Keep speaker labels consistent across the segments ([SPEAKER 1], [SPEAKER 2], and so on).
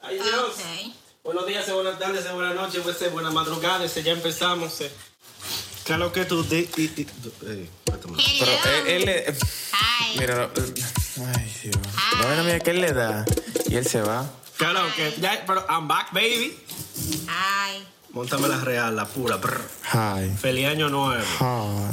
[SPEAKER 1] Adiós.
[SPEAKER 2] Ok.
[SPEAKER 1] Buenos días, eh, buenas tardes, buenas noches, pues, buenas madrugadas, ya empezamos. eh. Claro que tú... di- y- y- eh, espérate.
[SPEAKER 2] Hello.
[SPEAKER 3] Pero él, él le-
[SPEAKER 2] Hi.
[SPEAKER 3] Mira, lo- ay, Dios. La vaina mía que él le da y él se va.
[SPEAKER 1] Claro que... Ya, pero I'm back, baby.
[SPEAKER 2] Hi.
[SPEAKER 1] Montame la real, la pura. brr.
[SPEAKER 3] Ay.
[SPEAKER 1] Feliz año nuevo.
[SPEAKER 3] ay.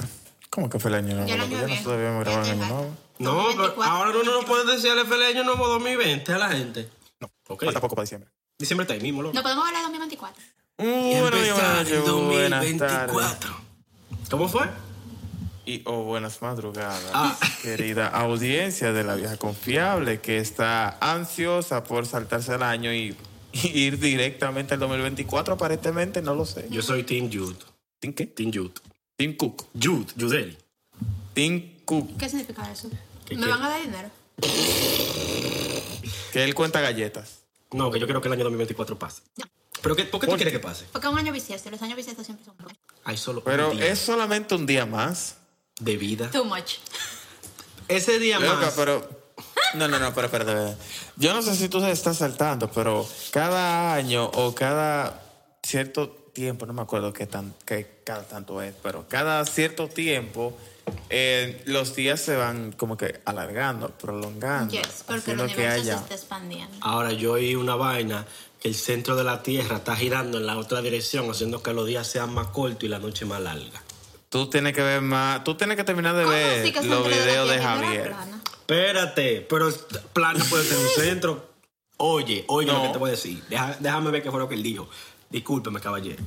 [SPEAKER 3] ¿Cómo que fue el año nuevo?
[SPEAKER 2] Ya el año
[SPEAKER 3] Porque
[SPEAKER 2] viejo.
[SPEAKER 3] nosotros debíamos grabar
[SPEAKER 2] Ya
[SPEAKER 3] el año
[SPEAKER 2] te va.
[SPEAKER 3] nuevo.
[SPEAKER 1] No, pero
[SPEAKER 2] 2024,
[SPEAKER 1] ahora uno no puede desearle feliz año nuevo 2020 a la gente.
[SPEAKER 3] No,
[SPEAKER 1] Ok.
[SPEAKER 3] falta poco para diciembre.
[SPEAKER 1] Diciembre está ahí mismo, loco.
[SPEAKER 2] No podemos hablar de 2024.
[SPEAKER 3] Uh, buenos días, buenas noches, buenas tardes.
[SPEAKER 1] ¿Cómo fue?
[SPEAKER 3] Y oh, buenas madrugadas,
[SPEAKER 1] Ah.
[SPEAKER 3] querida audiencia de la vieja confiable que está ansiosa por saltarse el año y, y ir directamente al 2024, aparentemente, no lo sé.
[SPEAKER 1] Yo soy Team Jude.
[SPEAKER 3] ¿Tim qué?
[SPEAKER 1] Team Jude.
[SPEAKER 3] Tim Cook.
[SPEAKER 1] Jude, Judeli.
[SPEAKER 3] Tim Cook.
[SPEAKER 2] ¿Qué significa eso?
[SPEAKER 1] ¿Qué
[SPEAKER 2] ¿Me
[SPEAKER 1] qué?
[SPEAKER 2] van a dar dinero?
[SPEAKER 3] Que él cuenta galletas.
[SPEAKER 1] No, que yo quiero que el año 2024 pase.
[SPEAKER 2] No.
[SPEAKER 1] ¿Pero qué, por qué tú quieres que pase?
[SPEAKER 2] Porque es un año bisiesto. y Los años bisiestos siempre son malos.
[SPEAKER 1] Hay solo
[SPEAKER 3] Pero
[SPEAKER 1] un día
[SPEAKER 3] es solamente un día más.
[SPEAKER 1] de vida.
[SPEAKER 2] Too much.
[SPEAKER 1] Ese día
[SPEAKER 3] Loca,
[SPEAKER 1] más.
[SPEAKER 3] pero. No, no, no, pero, pero, pero. Yo no sé si tú se estás saltando, pero cada año o cada cierto tiempo, no me acuerdo qué, tan, qué cada tanto es, pero cada cierto tiempo eh, los días se van como que alargando, prolongando.
[SPEAKER 2] Yes, porque el
[SPEAKER 3] haciendo que
[SPEAKER 2] universo se
[SPEAKER 3] haya.
[SPEAKER 2] está expandiendo.
[SPEAKER 1] Ahora yo oí una vaina que el centro de la Tierra está girando en la otra dirección, haciendo que los días sean más cortos y la noche más larga.
[SPEAKER 3] Tú tienes que ver más. Tú tienes que terminar de
[SPEAKER 2] ¿Cómo
[SPEAKER 3] ver
[SPEAKER 2] así que el
[SPEAKER 3] los
[SPEAKER 2] centro la
[SPEAKER 3] videos de
[SPEAKER 2] Tierra no era
[SPEAKER 3] Javier.
[SPEAKER 2] plana?
[SPEAKER 1] Espérate, pero plana puede ser un centro. Oye, oye
[SPEAKER 3] No.
[SPEAKER 1] lo que te voy a decir. Deja- déjame ver qué fue lo que él dijo. Discúlpeme, caballero.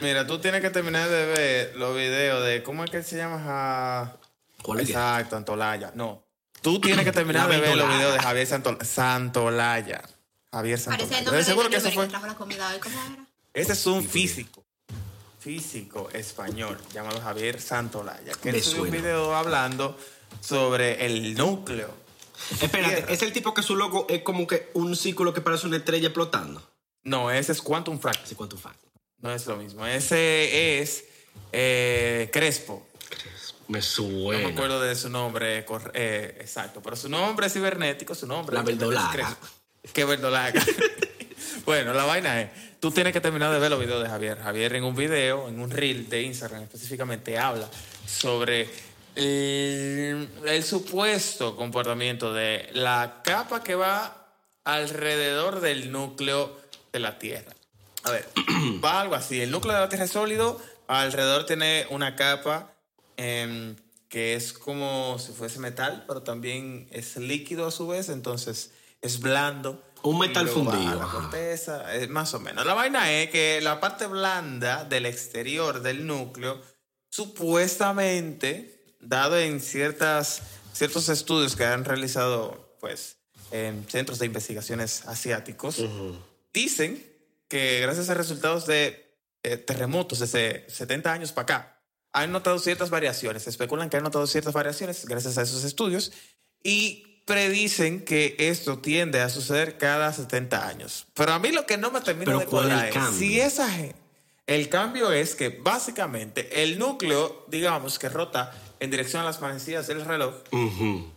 [SPEAKER 3] Mira, tú tienes que terminar de ver los videos de. ¿Cómo es que él se llama? Ja-
[SPEAKER 1] ¿Cuál es?
[SPEAKER 3] Exacto, Antolaya. No. Tú tienes que terminar
[SPEAKER 1] La
[SPEAKER 3] de ver los
[SPEAKER 1] Ventolaya.
[SPEAKER 3] videos de Javier Santo- Santolaya.
[SPEAKER 2] Parece
[SPEAKER 3] Javier
[SPEAKER 2] el
[SPEAKER 3] Santolaya.
[SPEAKER 2] nombre
[SPEAKER 3] De seguro
[SPEAKER 2] del
[SPEAKER 3] que ese
[SPEAKER 2] delivery que
[SPEAKER 3] fue.
[SPEAKER 2] trajo la comida hoy. ¿Cómo era?
[SPEAKER 3] Ese es un físico. Físico español llamado Javier Santolaya. Que
[SPEAKER 1] Me
[SPEAKER 3] él subió un
[SPEAKER 1] suena.
[SPEAKER 3] video hablando sobre el núcleo.
[SPEAKER 1] Espérate, es el tipo que su logo es como que un círculo que parece una estrella explotando.
[SPEAKER 3] No, ese es Quantum Fracture.
[SPEAKER 1] Así cuánto fan.
[SPEAKER 3] No es lo mismo. Ese es eh, Crespo.
[SPEAKER 1] Me
[SPEAKER 3] No me
[SPEAKER 1] suena.
[SPEAKER 3] acuerdo de su nombre cor- eh, exacto, pero su nombre cibernético, su nombre.
[SPEAKER 1] La verdolaga.
[SPEAKER 3] Crespo. Qué verdolaga. bueno, la vaina es, tú tienes que terminar de ver los videos de Javier. Javier en un video, en un reel de Instagram específicamente, habla sobre el, el supuesto comportamiento de la capa que va alrededor del núcleo de la Tierra. A ver, va algo así. El núcleo de la Tierra es sólido, alrededor tiene una capa em, que es como si fuese metal, pero también es líquido a su vez, entonces es blando.
[SPEAKER 1] Un
[SPEAKER 3] Y
[SPEAKER 1] metal
[SPEAKER 3] luego baja
[SPEAKER 1] fundido,
[SPEAKER 3] La
[SPEAKER 1] ajá.
[SPEAKER 3] corteza, eh, más o menos. La vaina es que la parte blanda del exterior del núcleo, supuestamente, dado en ciertas, ciertos estudios que han realizado pues, en centros de investigaciones asiáticos, dicen que gracias a resultados de eh, terremotos desde 70 años para acá, han notado ciertas variaciones. Especulan que han notado ciertas variaciones gracias a esos estudios y predicen que esto tiende a suceder cada 70 años. Pero a mí lo que no me termina
[SPEAKER 1] Pero
[SPEAKER 3] de
[SPEAKER 1] ¿cuál es el
[SPEAKER 3] cuadrar es
[SPEAKER 1] cambio?
[SPEAKER 3] si esa gen- el cambio es que básicamente el núcleo, digamos, que rota en dirección a las manecillas del reloj,
[SPEAKER 1] Ujú.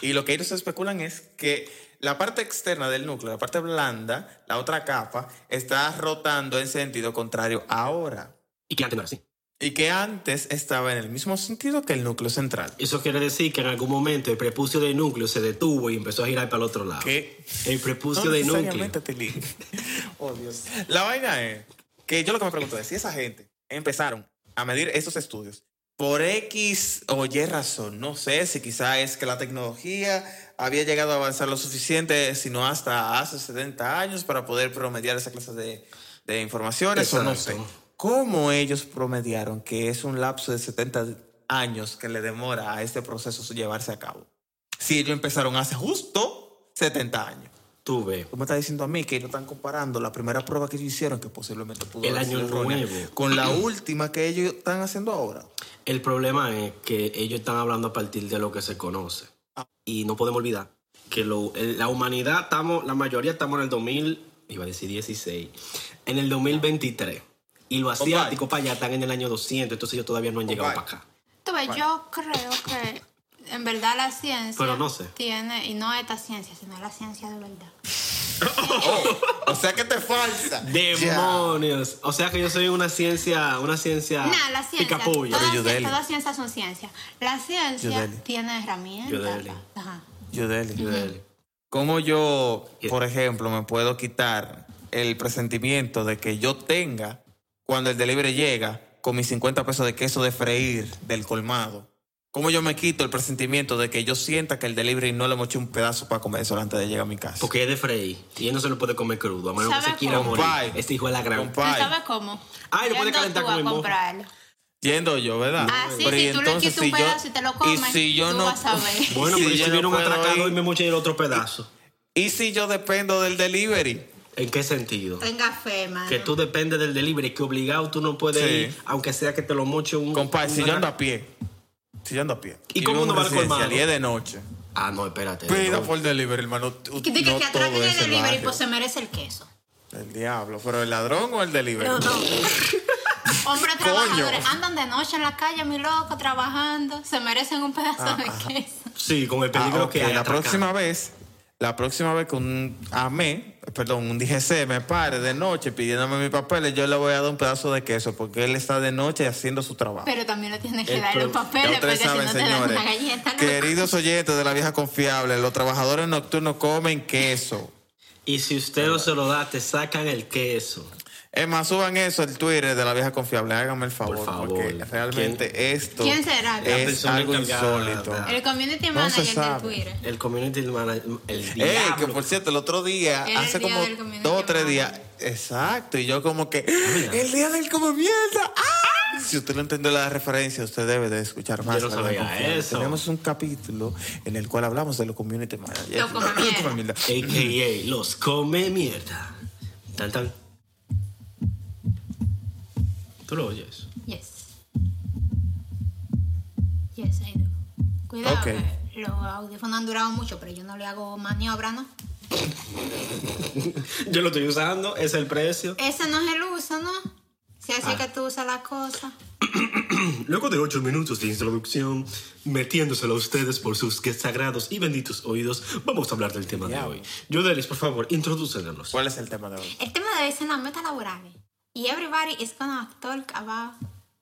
[SPEAKER 3] y lo que ellos especulan es que la parte externa del núcleo, la parte blanda, la otra capa, está rotando en sentido contrario ahora.
[SPEAKER 1] Y que antes no era así.
[SPEAKER 3] Y que antes estaba en el mismo sentido que el núcleo central.
[SPEAKER 1] Eso quiere decir que en algún momento el prepucio del núcleo se detuvo y empezó a girar para el otro lado.
[SPEAKER 3] Que
[SPEAKER 1] El prepucio
[SPEAKER 3] no
[SPEAKER 1] del núcleo.
[SPEAKER 3] necesariamente, Tilly. Oh, Dios. La vaina es que yo lo que me pregunto es si esa gente empezaron a medir esos estudios por X o Y razón, no sé si quizá es que la tecnología había llegado a avanzar lo suficiente, sino hasta hace 70 años para poder promediar esa clase de, de informaciones o no sé.
[SPEAKER 1] Exacto.
[SPEAKER 3] ¿Cómo ellos promediaron que es un lapso de 70 años que le demora a este proceso su llevarse a cabo? Si ellos empezaron hace justo 70 años.
[SPEAKER 1] Tú ves.
[SPEAKER 3] Tú me estás diciendo a mí que ellos están comparando la primera prueba que ellos hicieron, que posiblemente pudo
[SPEAKER 1] El
[SPEAKER 3] haber sido
[SPEAKER 1] año
[SPEAKER 3] errónea,
[SPEAKER 1] nuevo.
[SPEAKER 3] con la última que ellos están haciendo ahora.
[SPEAKER 1] El problema es que ellos están hablando a partir de lo que se conoce. Y no podemos olvidar que lo- el- la humanidad, estamos, la mayoría estamos en el 2000, iba a decir 16, en el 2023. Y los
[SPEAKER 3] Compadre.
[SPEAKER 1] asiáticos para allá están en el año 200, entonces ellos todavía no han llegado para
[SPEAKER 3] Compadre.
[SPEAKER 1] acá.
[SPEAKER 2] Tú ves, yo creo que en verdad la ciencia
[SPEAKER 1] Pero no sé.
[SPEAKER 2] tiene, y no esta ciencia, sino la ciencia de verdad,
[SPEAKER 3] Oh, o sea que te falsa.
[SPEAKER 1] Demonios. O sea que yo soy una ciencia, una ciencia.
[SPEAKER 2] Nah, la ciencia. Ah.
[SPEAKER 1] picapollo.
[SPEAKER 2] Todas,
[SPEAKER 3] Pero Yudeli.
[SPEAKER 2] todas ciencias son ciencia. La ciencia
[SPEAKER 3] Yudeli.
[SPEAKER 2] tiene herramientas.
[SPEAKER 1] Yudeli.
[SPEAKER 2] Ajá.
[SPEAKER 3] Yo
[SPEAKER 1] Yo de-
[SPEAKER 3] ¿Cómo yo,
[SPEAKER 1] ¿Qué?
[SPEAKER 3] por ejemplo, me puedo quitar el presentimiento de que yo tenga cuando el delivery llega con mis 50 pesos de queso de freír del colmado? ¿Cómo yo me quito el presentimiento de que yo sienta que el delivery no le moché un pedazo para comer eso antes de llegar a mi casa?
[SPEAKER 1] Porque es de Frey y él no se lo puede comer crudo, a menos que
[SPEAKER 2] ¿Sabe
[SPEAKER 1] se quiera
[SPEAKER 2] cómo?
[SPEAKER 1] morir.
[SPEAKER 3] Compay.
[SPEAKER 1] Este hijo de la gran.
[SPEAKER 2] ¿Tú
[SPEAKER 3] Ay.
[SPEAKER 2] sabes cómo?
[SPEAKER 1] Ah, y lo puedes
[SPEAKER 2] Yendo
[SPEAKER 1] calentar
[SPEAKER 2] tú
[SPEAKER 1] con
[SPEAKER 2] a
[SPEAKER 1] el mojo.
[SPEAKER 2] comprarlo.
[SPEAKER 3] Yendo yo, ¿verdad?
[SPEAKER 2] Ah, sí,
[SPEAKER 3] Pero y
[SPEAKER 2] si tú le
[SPEAKER 3] entonces
[SPEAKER 2] quitas un
[SPEAKER 3] si yo-
[SPEAKER 2] pedazo y te lo comes,
[SPEAKER 3] y si yo
[SPEAKER 2] tú
[SPEAKER 3] no-
[SPEAKER 2] vas a ver.
[SPEAKER 1] Bueno,
[SPEAKER 3] Sí,
[SPEAKER 1] pero
[SPEAKER 3] yo
[SPEAKER 1] si
[SPEAKER 3] no
[SPEAKER 1] viene un
[SPEAKER 3] puedo
[SPEAKER 1] atracado
[SPEAKER 3] ir.
[SPEAKER 1] y me moché el otro pedazo.
[SPEAKER 3] ¿Y si yo dependo del delivery?
[SPEAKER 1] ¿En qué sentido?
[SPEAKER 2] Tenga fe, mano.
[SPEAKER 1] Que tú dependes del delivery, que obligado tú no puedes
[SPEAKER 3] Sí.
[SPEAKER 1] ir, aunque sea que te lo moche un.
[SPEAKER 3] Compadre,
[SPEAKER 1] un
[SPEAKER 3] si yo ando
[SPEAKER 1] atrac-
[SPEAKER 3] a pie. Si yo ando a pie.
[SPEAKER 1] ¿Y cómo
[SPEAKER 3] vivo en
[SPEAKER 1] uno va al
[SPEAKER 3] residencial
[SPEAKER 1] colmado?
[SPEAKER 3] Y es de noche.
[SPEAKER 1] Ah, no, espérate.
[SPEAKER 3] Pida
[SPEAKER 1] no.
[SPEAKER 3] por delivery, hermano. Tú-
[SPEAKER 2] Que diga
[SPEAKER 3] no
[SPEAKER 2] que
[SPEAKER 3] todo
[SPEAKER 2] atrás del
[SPEAKER 3] es el
[SPEAKER 2] delivery,
[SPEAKER 3] barrio.
[SPEAKER 2] pues se merece el queso.
[SPEAKER 3] El diablo, pero el ladrón o el delivery.
[SPEAKER 2] No, no. Hombres
[SPEAKER 3] Coño.
[SPEAKER 2] trabajadores andan de noche en la calle, mi loco, trabajando. Se merecen un pedazo de queso.
[SPEAKER 1] Sí, con el
[SPEAKER 3] Ah,
[SPEAKER 1] peligro
[SPEAKER 3] ok,
[SPEAKER 1] que hay.
[SPEAKER 3] la
[SPEAKER 1] atracado.
[SPEAKER 3] próxima vez, la próxima vez que un AME, perdón, un DGC me pare de noche pidiéndome mis papeles, yo le voy a dar un pedazo de queso porque él está de noche haciendo su trabajo.
[SPEAKER 2] Pero también le tienes que
[SPEAKER 1] El
[SPEAKER 2] dar los
[SPEAKER 1] pro-
[SPEAKER 3] Ya
[SPEAKER 2] papeles, porque
[SPEAKER 3] ustedes
[SPEAKER 2] si no
[SPEAKER 3] saben,
[SPEAKER 2] te dan
[SPEAKER 3] señores.
[SPEAKER 2] una galleta. ¿no?
[SPEAKER 3] Queridos oyentes de la vieja confiable, los trabajadores nocturnos comen queso.
[SPEAKER 1] Y si usted no se lo da, te sacan el queso.
[SPEAKER 3] Es más, suban eso el Twitter de la vieja confiable. Háganme el favor,
[SPEAKER 1] Por favor.
[SPEAKER 3] porque realmente esto
[SPEAKER 2] ¿Quién será? La
[SPEAKER 3] es
[SPEAKER 1] persona
[SPEAKER 3] algo
[SPEAKER 1] encargada.
[SPEAKER 3] insólito.
[SPEAKER 2] El community
[SPEAKER 3] No se
[SPEAKER 2] manager de
[SPEAKER 3] sabe.
[SPEAKER 2] Twitter.
[SPEAKER 1] El community manager. El
[SPEAKER 3] Ey,
[SPEAKER 1] diablo.
[SPEAKER 3] Eh, que por cierto, el otro día,
[SPEAKER 2] Era el
[SPEAKER 3] hace
[SPEAKER 2] día
[SPEAKER 3] como
[SPEAKER 2] del community
[SPEAKER 3] dos o tres
[SPEAKER 2] manager.
[SPEAKER 3] días, exacto, y yo como que,
[SPEAKER 1] Ah,
[SPEAKER 3] el día del como mierda, ¡ah! Si usted no entendió la referencia, usted debe de escuchar más.
[SPEAKER 1] Yo no
[SPEAKER 3] la
[SPEAKER 1] sabía
[SPEAKER 3] confianza.
[SPEAKER 1] eso.
[SPEAKER 3] Tenemos un capítulo en el cual hablamos de los community managers.
[SPEAKER 2] Los come mierda.
[SPEAKER 3] Come mierda.
[SPEAKER 1] Eh, AKA los come mierda. Tan tan. ¿Tú lo oyes?
[SPEAKER 2] Yes. Yes, I do. Cuidado,
[SPEAKER 3] Ok.
[SPEAKER 2] que los audífonos han durado mucho, pero yo no le hago maniobra, ¿no?
[SPEAKER 1] Yo lo estoy usando, es el precio.
[SPEAKER 2] Ese no es el uso, ¿no? Si
[SPEAKER 1] Ah.
[SPEAKER 2] así que tú usas la cosa.
[SPEAKER 1] Luego de ocho minutos de introducción, metiéndoselo a ustedes por sus que- sagrados y benditos oídos, vamos a hablar del tema de
[SPEAKER 3] Ya.
[SPEAKER 1] hoy. Yodelis, por favor, introdúcenos.
[SPEAKER 3] ¿Cuál es el tema de hoy?
[SPEAKER 2] El tema de hoy son las metas laborales. Y everybody is gonna talk about.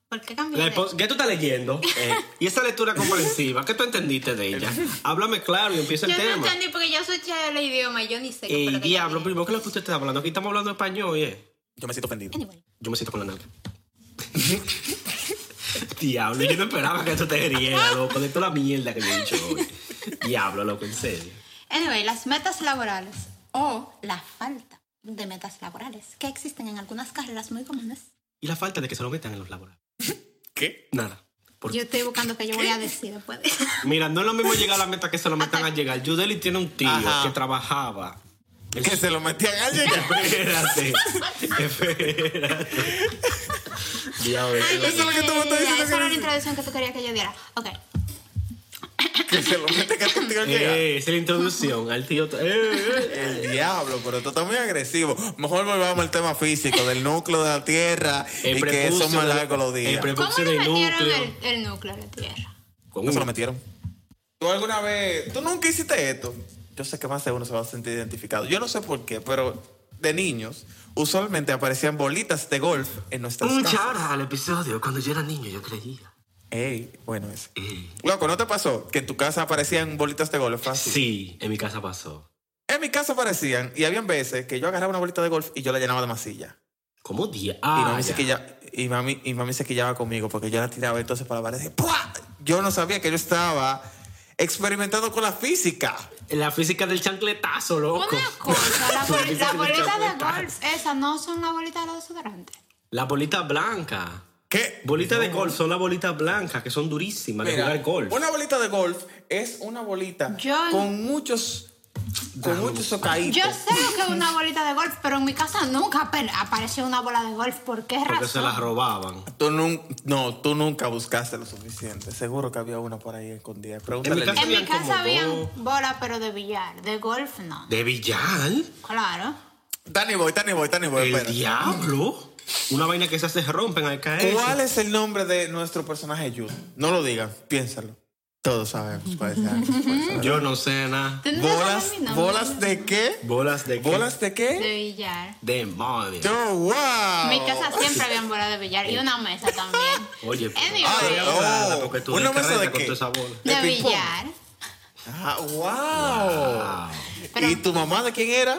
[SPEAKER 2] ¿Por qué cambié?
[SPEAKER 1] La
[SPEAKER 2] de-
[SPEAKER 1] esposa- ¿Qué tú estás leyendo? Eh, y esa lectura comprensiva, ¿qué tú entendiste de ella? Háblame claro y empieza
[SPEAKER 2] Yo
[SPEAKER 1] el
[SPEAKER 2] no
[SPEAKER 1] tema.
[SPEAKER 2] entendí porque yo soy chava del idioma y yo ni sé qué fue
[SPEAKER 1] Ey,
[SPEAKER 2] lo que
[SPEAKER 1] diablo,
[SPEAKER 2] yo dije.
[SPEAKER 1] primo, ¿qué es lo que usted está hablando? Aquí estamos hablando español, ¿eh?
[SPEAKER 3] Yo me siento ofendido.
[SPEAKER 2] Anyway,
[SPEAKER 1] Yo me siento con la nalga. Diablo, yo no esperaba que esto te heriera, loco, de toda la mierda que yo he dicho hoy. Diablo, loco, en serio.
[SPEAKER 2] Anyway, las metas laborales o la falta de metas laborales que existen en algunas carreras muy comunes.
[SPEAKER 1] Y la falta de que se lo metan en los laboratorios.
[SPEAKER 3] ¿Qué?
[SPEAKER 1] Nada. Por-
[SPEAKER 2] Yo estoy buscando que yo voy a decir después. de-
[SPEAKER 1] Mira, no es lo mismo llegar a la meta que se lo metan a llegar. Judely tiene un tío
[SPEAKER 3] Ajá.
[SPEAKER 1] que trabajaba. El-
[SPEAKER 3] Que se lo metían a llegar.
[SPEAKER 1] Espérate. Espérate. Diablo.
[SPEAKER 2] Ay,
[SPEAKER 3] Eso es lo que tú me
[SPEAKER 2] ya,
[SPEAKER 3] estás diciendo
[SPEAKER 2] ya, Esa
[SPEAKER 3] que
[SPEAKER 2] era
[SPEAKER 3] no-
[SPEAKER 2] la introducción que tú querías que yo diera. Ok.
[SPEAKER 3] que se lo meten a contigo a llegar.
[SPEAKER 1] Eh, esa es la introducción al tío. Eh, eh.
[SPEAKER 3] El diablo, pero tú estás muy agresivo. Mejor volvamos al tema físico del núcleo de la Tierra y que eso es más
[SPEAKER 1] de-
[SPEAKER 3] largo los
[SPEAKER 1] El
[SPEAKER 3] días.
[SPEAKER 2] ¿Cómo
[SPEAKER 1] prepucio
[SPEAKER 2] le
[SPEAKER 1] del
[SPEAKER 2] metieron
[SPEAKER 1] núcleo.
[SPEAKER 2] el, el núcleo a la Tierra?
[SPEAKER 1] Con
[SPEAKER 3] ¿No se
[SPEAKER 1] un-
[SPEAKER 3] lo metieron? ¿Tú alguna vez, tú nunca hiciste esto? Yo sé que más de uno se va a sentir identificado. Yo no sé por qué, pero de niños usualmente aparecían bolitas de golf en nuestras
[SPEAKER 1] Un
[SPEAKER 3] casas.
[SPEAKER 1] chara al episodio. Cuando yo era niño, yo creía.
[SPEAKER 3] Ey, bueno eso.
[SPEAKER 1] Ey.
[SPEAKER 3] Loco, ¿no te pasó que en tu casa aparecían bolitas de golf fácil?
[SPEAKER 1] Sí, en mi casa pasó.
[SPEAKER 3] En mi casa aparecían y habían veces que yo agarraba una bolita de golf y yo la llenaba de masilla.
[SPEAKER 1] ¿Cómo día?
[SPEAKER 3] Y
[SPEAKER 1] Ah,
[SPEAKER 3] mami, se
[SPEAKER 1] ya.
[SPEAKER 3] quilla- y, mami, y mami se quillaba conmigo porque yo la tiraba entonces para la pared. y ¡pua! Yo no sabía que yo estaba experimentando con la física.
[SPEAKER 1] La física del chancletazo, loco.
[SPEAKER 2] Una cosa, la, bol- la
[SPEAKER 1] Dice que
[SPEAKER 2] bolita
[SPEAKER 1] me
[SPEAKER 2] de
[SPEAKER 1] encanta.
[SPEAKER 2] golf, esa no son la bolita de los desodorantes.
[SPEAKER 1] La bolita blanca.
[SPEAKER 3] ¿Qué?
[SPEAKER 1] Bolitas de golf son las bolitas blancas que son durísimas de
[SPEAKER 3] Mira,
[SPEAKER 1] jugar golf.
[SPEAKER 3] Una bolita de golf es una bolita
[SPEAKER 2] Yo-
[SPEAKER 3] con muchos con muchos socaditos.
[SPEAKER 2] Yo sé lo que es una bolita de golf, pero en mi casa nunca apa- apareció una bola de golf. ¿Por qué
[SPEAKER 1] Porque se las
[SPEAKER 2] razón?
[SPEAKER 1] robaban.
[SPEAKER 3] Tú nun- no, tú nunca buscaste lo suficiente. Seguro que había una por ahí escondida. Pregúntale.
[SPEAKER 1] En mi
[SPEAKER 3] a
[SPEAKER 1] casa-
[SPEAKER 2] En
[SPEAKER 3] Lili.
[SPEAKER 2] mi
[SPEAKER 1] Habían como
[SPEAKER 2] casa habían
[SPEAKER 1] dos.
[SPEAKER 2] bolas, pero de billar. De golf, no.
[SPEAKER 1] ¿De Villar?
[SPEAKER 2] Claro.
[SPEAKER 3] Danny Boy, Danny Boy, Danny Boy.
[SPEAKER 1] ¿El
[SPEAKER 3] espera.
[SPEAKER 1] diablo? Una vaina que se hace rompen al caer.
[SPEAKER 3] ¿Cuál es el nombre de nuestro personaje Jude? No lo digas, piénsalo. Todos sabemos cuál es la
[SPEAKER 1] Yo no sé nada.
[SPEAKER 2] Tú no sabes
[SPEAKER 3] ¿Bolas,
[SPEAKER 2] mi nombre.
[SPEAKER 3] ¿Bolas de qué?
[SPEAKER 1] ¿Bolas de qué?
[SPEAKER 3] ¿Bolas de qué? Oh.
[SPEAKER 2] De billar.
[SPEAKER 1] Demonios.
[SPEAKER 3] Yo, wow.
[SPEAKER 2] En mi casa siempre había bola de billar y una mesa también.
[SPEAKER 1] Oye,
[SPEAKER 2] Anyway.
[SPEAKER 3] Ay,
[SPEAKER 1] Estoy
[SPEAKER 3] oh,
[SPEAKER 1] hablada porque tú
[SPEAKER 3] ¿una
[SPEAKER 1] de
[SPEAKER 3] mesa
[SPEAKER 1] carreta
[SPEAKER 3] de
[SPEAKER 1] con
[SPEAKER 3] qué?
[SPEAKER 1] toda esa bola.
[SPEAKER 3] De
[SPEAKER 2] De
[SPEAKER 3] ping-pong.
[SPEAKER 2] billar.
[SPEAKER 3] Ah, wow.
[SPEAKER 2] Pero-
[SPEAKER 3] ¿Y tu mamá de quién era?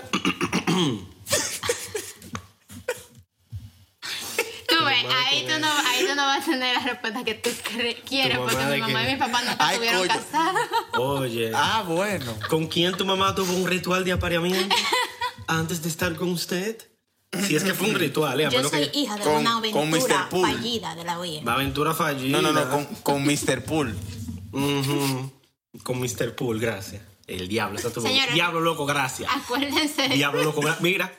[SPEAKER 2] Tú ves, ahí tú, no, ahí tú no vas a tener la respuesta que tú cre- quieres
[SPEAKER 1] mamá
[SPEAKER 2] porque
[SPEAKER 1] de
[SPEAKER 2] mi mamá
[SPEAKER 1] que-
[SPEAKER 2] y mi papá nunca
[SPEAKER 3] Ay,
[SPEAKER 2] estuvieron
[SPEAKER 3] coño.
[SPEAKER 2] casados.
[SPEAKER 1] Oye,
[SPEAKER 3] Ah, bueno.
[SPEAKER 1] ¿con quién tu mamá tuvo un ritual de apareamiento antes de estar con usted? Si es que fue un ritual, ¿eh? A
[SPEAKER 2] Yo
[SPEAKER 1] menos
[SPEAKER 2] soy
[SPEAKER 1] que
[SPEAKER 2] hija de
[SPEAKER 3] con-
[SPEAKER 2] una
[SPEAKER 3] con Mr.
[SPEAKER 2] aventura
[SPEAKER 3] Pool.
[SPEAKER 2] fallida de la E OIM.
[SPEAKER 1] la aventura fallida.
[SPEAKER 3] No, no, no, con, con Mr. Pool.
[SPEAKER 1] Ujú. Con Mr. Pool, gracias. El diablo, esa tu voz.
[SPEAKER 2] Señora.
[SPEAKER 1] Diablo loco, gracias.
[SPEAKER 2] Acuérdense.
[SPEAKER 1] Diablo loco, gra- Mira.
[SPEAKER 2] Una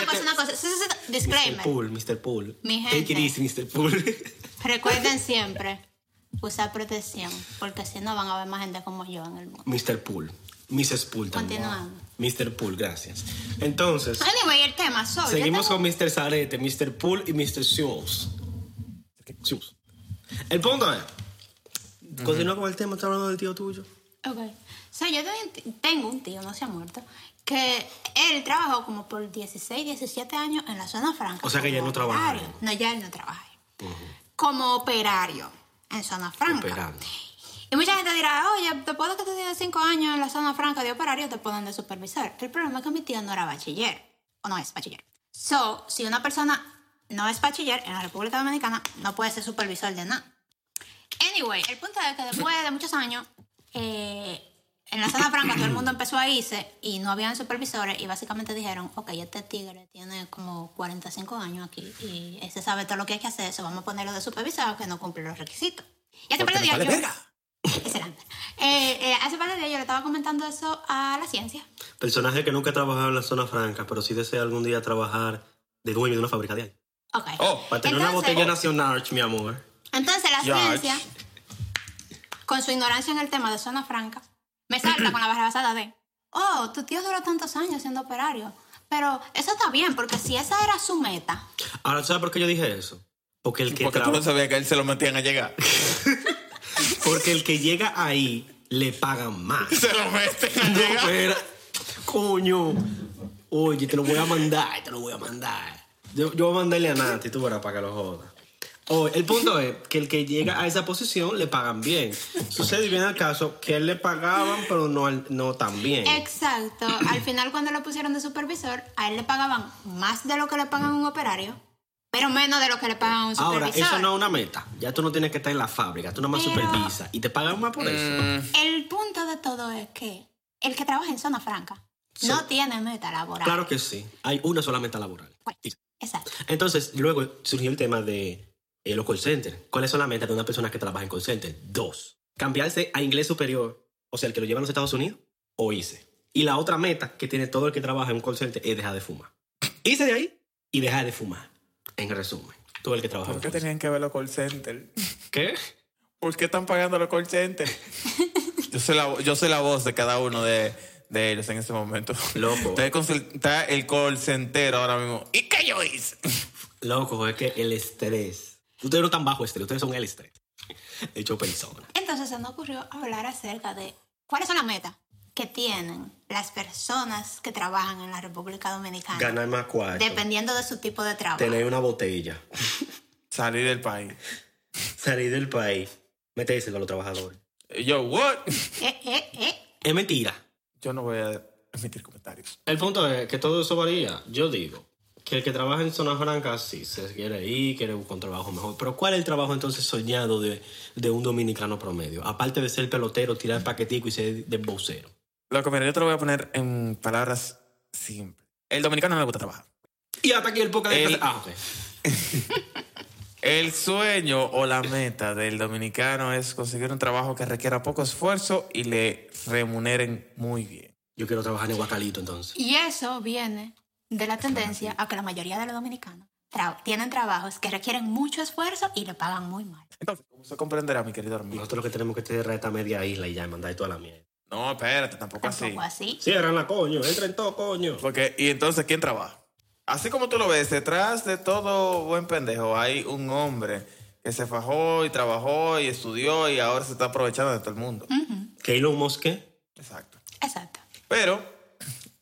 [SPEAKER 1] siete-
[SPEAKER 2] cosa, una cosa. Sí, sí, sí,
[SPEAKER 1] Mr.
[SPEAKER 2] Disclaimer.
[SPEAKER 1] Pool, Mr. Pool.
[SPEAKER 2] Mi
[SPEAKER 1] Take it
[SPEAKER 2] gente.
[SPEAKER 1] easy, Mr. Pool.
[SPEAKER 2] Recuerden siempre usar protección porque si no van a haber más gente como yo en el mundo.
[SPEAKER 1] Mr. Pool. Mrs. Pool también.
[SPEAKER 2] Continuamos.
[SPEAKER 1] Mr. Pool, gracias. Entonces,
[SPEAKER 2] Anyway, el tema, so, yo
[SPEAKER 1] seguimos
[SPEAKER 2] tengo-
[SPEAKER 1] con Mr. Zarete, Mr. Pool y Mr. Shoes. Shoes. El punto es. Continúa con el tema, está hablando del tío tuyo.
[SPEAKER 2] Ok. So, yo tengo un ti- tengo un tío, no se ha muerto, que él trabajó como por 16, 17 años en la zona franca.
[SPEAKER 1] O sea que ya
[SPEAKER 2] como
[SPEAKER 1] no trabaja
[SPEAKER 2] operario. No, ya él no trabaja. ahí. Como operario en zona franca.
[SPEAKER 1] Operando.
[SPEAKER 2] Y mucha gente dirá, oye, después de que tú tienes 5 años en la zona franca de operario, te ponen de supervisor. El problema es que mi tío no era bachiller, o no es bachiller. So, si una persona no es bachiller en la República Dominicana, no puede ser supervisor de nada. Anyway, el punto es que después de muchos años, eh, en la zona franca todo el mundo empezó a irse y no habían supervisores y básicamente dijeron, ok, este tigre tiene como 45 años aquí y ese sabe todo lo que hay que hacer, eso vamos a ponerlo de supervisor que no cumple los requisitos. Y hace par de
[SPEAKER 3] Porque me
[SPEAKER 2] días
[SPEAKER 3] vale
[SPEAKER 2] yo-
[SPEAKER 3] verga.
[SPEAKER 2] Excelente. Eh, eh, hace par de días yo le estaba comentando eso a la ciencia.
[SPEAKER 1] Personaje que nunca ha trabajado en la zona franca, pero sí desea algún día trabajar de dueño de una fábrica de ahí.
[SPEAKER 2] Ok.
[SPEAKER 3] Oh,
[SPEAKER 1] Para tener una
[SPEAKER 2] Entonces-
[SPEAKER 1] botella nacional, mi amor.
[SPEAKER 2] Entonces la
[SPEAKER 3] Ya,
[SPEAKER 2] ciencia, con su ignorancia en el tema de zona franca, me salta con la barra basada de, oh, tu tío duró tantos años siendo operario. Pero eso está bien, porque si esa era su meta,
[SPEAKER 1] Ahora, ¿tú ¿sabes por qué yo dije eso? Porque el que,
[SPEAKER 3] Porque tú
[SPEAKER 1] traba-
[SPEAKER 3] no sabías que a él se lo metían a llegar.
[SPEAKER 1] porque el que llega ahí le pagan más.
[SPEAKER 3] Se lo meten a
[SPEAKER 1] No,
[SPEAKER 3] llegar.
[SPEAKER 1] espera. Coño. Oye, te lo voy a mandar, te lo voy a mandar. Yo, yo voy a mandarle a Nati, tú verás, para que lo jodas. Oye, el punto es que el que llega a esa posición le pagan bien. Sucede y viene al caso que él le pagaban, pero no, al- no tan bien.
[SPEAKER 2] exacto, al final cuando lo pusieron de supervisor, a él le pagaban más de lo que le pagan a un operario, pero menos de lo que le pagan a un supervisor.
[SPEAKER 1] Ahora, eso no es una meta. Ya tú no tienes que estar en la fábrica, tú nomás
[SPEAKER 2] Pero- Mm.
[SPEAKER 1] supervisas y te pagan más por eso.
[SPEAKER 3] Mm.
[SPEAKER 2] El punto de todo es que el que trabaja en zona franca no tiene meta laboral.
[SPEAKER 1] Claro que sí. Hay una sola meta laboral.
[SPEAKER 2] Exacto.
[SPEAKER 1] Entonces, luego surgió el tema de eh, los call centers. ¿Cuáles son las metas de una persona que trabaja en call center? Dos, cambiarse a inglés superior, o sea, el que lo lleva a los Estados Unidos, o hice. Y la otra meta que tiene todo el que trabaja en un call center es dejar de fumar. Hice de ahí y dejar de fumar. En resumen, todo el que trabaja. en
[SPEAKER 3] ¿Por qué
[SPEAKER 1] call center.
[SPEAKER 3] tenían que ver los call center?
[SPEAKER 1] ¿Qué?
[SPEAKER 3] ¿Por qué están pagando los call center? Yo soy la, yo soy la voz de cada uno de, de ellos en este momento.
[SPEAKER 1] Loco.
[SPEAKER 3] Ustedes consul- Está el call center ahora mismo. ¿Y qué yo hice?
[SPEAKER 1] Loco, es que el estrés. Ustedes no están bajo estrés, ustedes son el estrés. Hecho persona.
[SPEAKER 2] Entonces se nos ocurrió hablar acerca de cuáles son las metas que tienen las personas que trabajan en la República Dominicana,
[SPEAKER 1] Ganar más cuarto.
[SPEAKER 2] dependiendo de su tipo de trabajo.
[SPEAKER 1] Tener una botella.
[SPEAKER 3] Salir del país.
[SPEAKER 1] Salir del país. Meterse con los trabajadores.
[SPEAKER 3] Yo, what?
[SPEAKER 2] Eh, eh, eh.
[SPEAKER 1] Es mentira.
[SPEAKER 3] Yo no voy a emitir comentarios.
[SPEAKER 1] El punto es que todo eso varía. Yo digo que el que trabaja en zona franca sí se quiere ir, quiere buscar un trabajo mejor. Pero ¿cuál es el trabajo entonces soñado de, de un dominicano promedio? Aparte de ser pelotero, tirar paquetico y ser desbocero.
[SPEAKER 3] Lo que mira, yo te lo voy a poner en palabras simples. El dominicano no le gusta trabajar.
[SPEAKER 1] Y hasta aquí el poca de...
[SPEAKER 3] El-
[SPEAKER 1] Ah, ok.
[SPEAKER 3] El sueño o la meta del dominicano es conseguir un trabajo que requiera poco esfuerzo y le remuneren muy bien.
[SPEAKER 1] Yo quiero trabajar en Guacalito entonces.
[SPEAKER 2] Y eso viene de la tendencia a que la mayoría de los dominicanos tra- tienen trabajos que requieren mucho esfuerzo y le pagan muy mal.
[SPEAKER 3] Entonces, como se comprenderá, mi querido hermano.
[SPEAKER 1] Nosotros lo que tenemos que cerrar esta media isla y ya y mandar toda la mierda.
[SPEAKER 3] No, espérate, tampoco así.
[SPEAKER 2] Tampoco así.
[SPEAKER 1] Cierran la coño, entren todo coño.
[SPEAKER 3] Porque, y entonces, ¿quién trabaja? Así como tú lo ves, detrás de todo buen pendejo hay un hombre que que se fajó y trabajó y estudió y ahora se está aprovechando de todo el mundo.
[SPEAKER 2] Mm.
[SPEAKER 1] ¿Que Elon Musk qué?
[SPEAKER 3] Exacto.
[SPEAKER 2] Exacto.
[SPEAKER 3] Pero,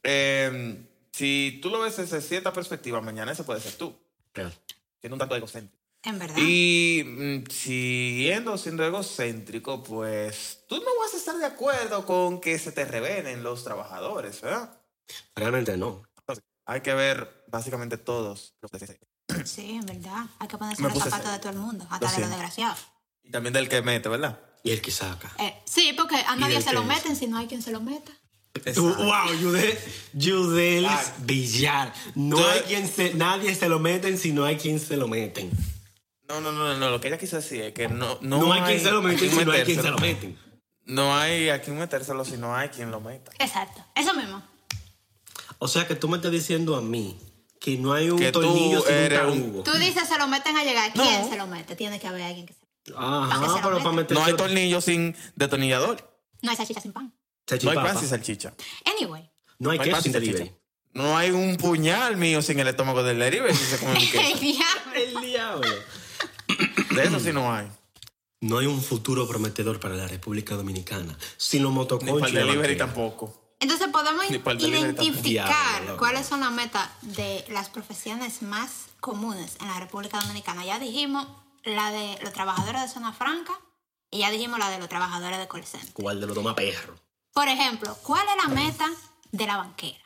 [SPEAKER 3] eh, si tú lo ves desde cierta perspectiva, mañana ese puede ser tú,
[SPEAKER 1] Real.
[SPEAKER 3] siendo un tanto egocéntrico.
[SPEAKER 2] En verdad.
[SPEAKER 3] Y mm, siguiendo siendo egocéntrico, pues tú no vas a estar de acuerdo con que se te revelen los trabajadores, ¿verdad?
[SPEAKER 1] Realmente no.
[SPEAKER 3] Hay que ver básicamente todos los DCC.
[SPEAKER 2] Sí, en verdad. Hay que ponerse
[SPEAKER 3] Me
[SPEAKER 2] los
[SPEAKER 3] puse
[SPEAKER 2] zapatos de
[SPEAKER 3] serio.
[SPEAKER 2] todo el mundo,
[SPEAKER 3] Lo
[SPEAKER 2] hasta de los
[SPEAKER 3] siento.
[SPEAKER 2] desgraciados.
[SPEAKER 3] Y también del que mete, ¿verdad?
[SPEAKER 1] Y el que saca.
[SPEAKER 2] Eh, sí, porque a nadie
[SPEAKER 1] del
[SPEAKER 2] se lo
[SPEAKER 1] que
[SPEAKER 2] meten si no hay quien se lo meta.
[SPEAKER 1] Wow, Yudel, Yudel
[SPEAKER 3] Ay.
[SPEAKER 1] Villar. No
[SPEAKER 3] Yo-
[SPEAKER 1] hay quien se, nadie se lo meten si no hay quien se lo meten.
[SPEAKER 3] No, no, no, no, no, lo que ella quiso decir es que no, no,
[SPEAKER 1] No, hay, quien se lo
[SPEAKER 3] a
[SPEAKER 1] meten
[SPEAKER 3] quién
[SPEAKER 1] si no hay quien se lo
[SPEAKER 3] metérselo.
[SPEAKER 1] meten.
[SPEAKER 3] No hay a quién metérselo si no hay quien lo meta.
[SPEAKER 2] Exacto. Eso mismo.
[SPEAKER 1] O sea que tú me estás diciendo a mí que no hay un
[SPEAKER 3] Que tú
[SPEAKER 1] tornillo sin un
[SPEAKER 3] eres un-
[SPEAKER 1] tarugo.
[SPEAKER 2] Tú dices se lo meten a llegar.
[SPEAKER 3] No.
[SPEAKER 2] ¿Quién se lo mete? Tiene que haber alguien que se
[SPEAKER 1] Ajá,
[SPEAKER 2] Para que se lo
[SPEAKER 1] pero para
[SPEAKER 2] metan.
[SPEAKER 1] meter
[SPEAKER 3] No hay tornillo sin detornillador.
[SPEAKER 2] No hay salchicha sin pan.
[SPEAKER 3] No hay pan sin salchicha.
[SPEAKER 2] Anyway.
[SPEAKER 1] No hay
[SPEAKER 3] No hay
[SPEAKER 1] queso
[SPEAKER 3] pan
[SPEAKER 1] sin
[SPEAKER 3] sin
[SPEAKER 1] delivery.
[SPEAKER 3] salchicha. No hay un puñal mío sin el estómago del delivery si se come mi queso.
[SPEAKER 2] diablo.
[SPEAKER 1] El diablo.
[SPEAKER 3] De eso sí no hay.
[SPEAKER 1] No hay un futuro prometedor para la República Dominicana sin los
[SPEAKER 3] Ni para
[SPEAKER 1] motoconchos.
[SPEAKER 3] el
[SPEAKER 1] y la
[SPEAKER 3] delivery
[SPEAKER 1] bandera.
[SPEAKER 3] tampoco.
[SPEAKER 2] Entonces podemos
[SPEAKER 3] Ni pa'l delivery tampoco.
[SPEAKER 2] identificar
[SPEAKER 1] Diablo.
[SPEAKER 2] cuáles son las metas de las profesiones más comunes en la República Dominicana. Ya dijimos la de los trabajadores de zona franca y ya dijimos la de los trabajadores de call center.
[SPEAKER 1] ¿Cuál de los toma perro?
[SPEAKER 2] Por ejemplo, ¿cuál es la meta de la banquera?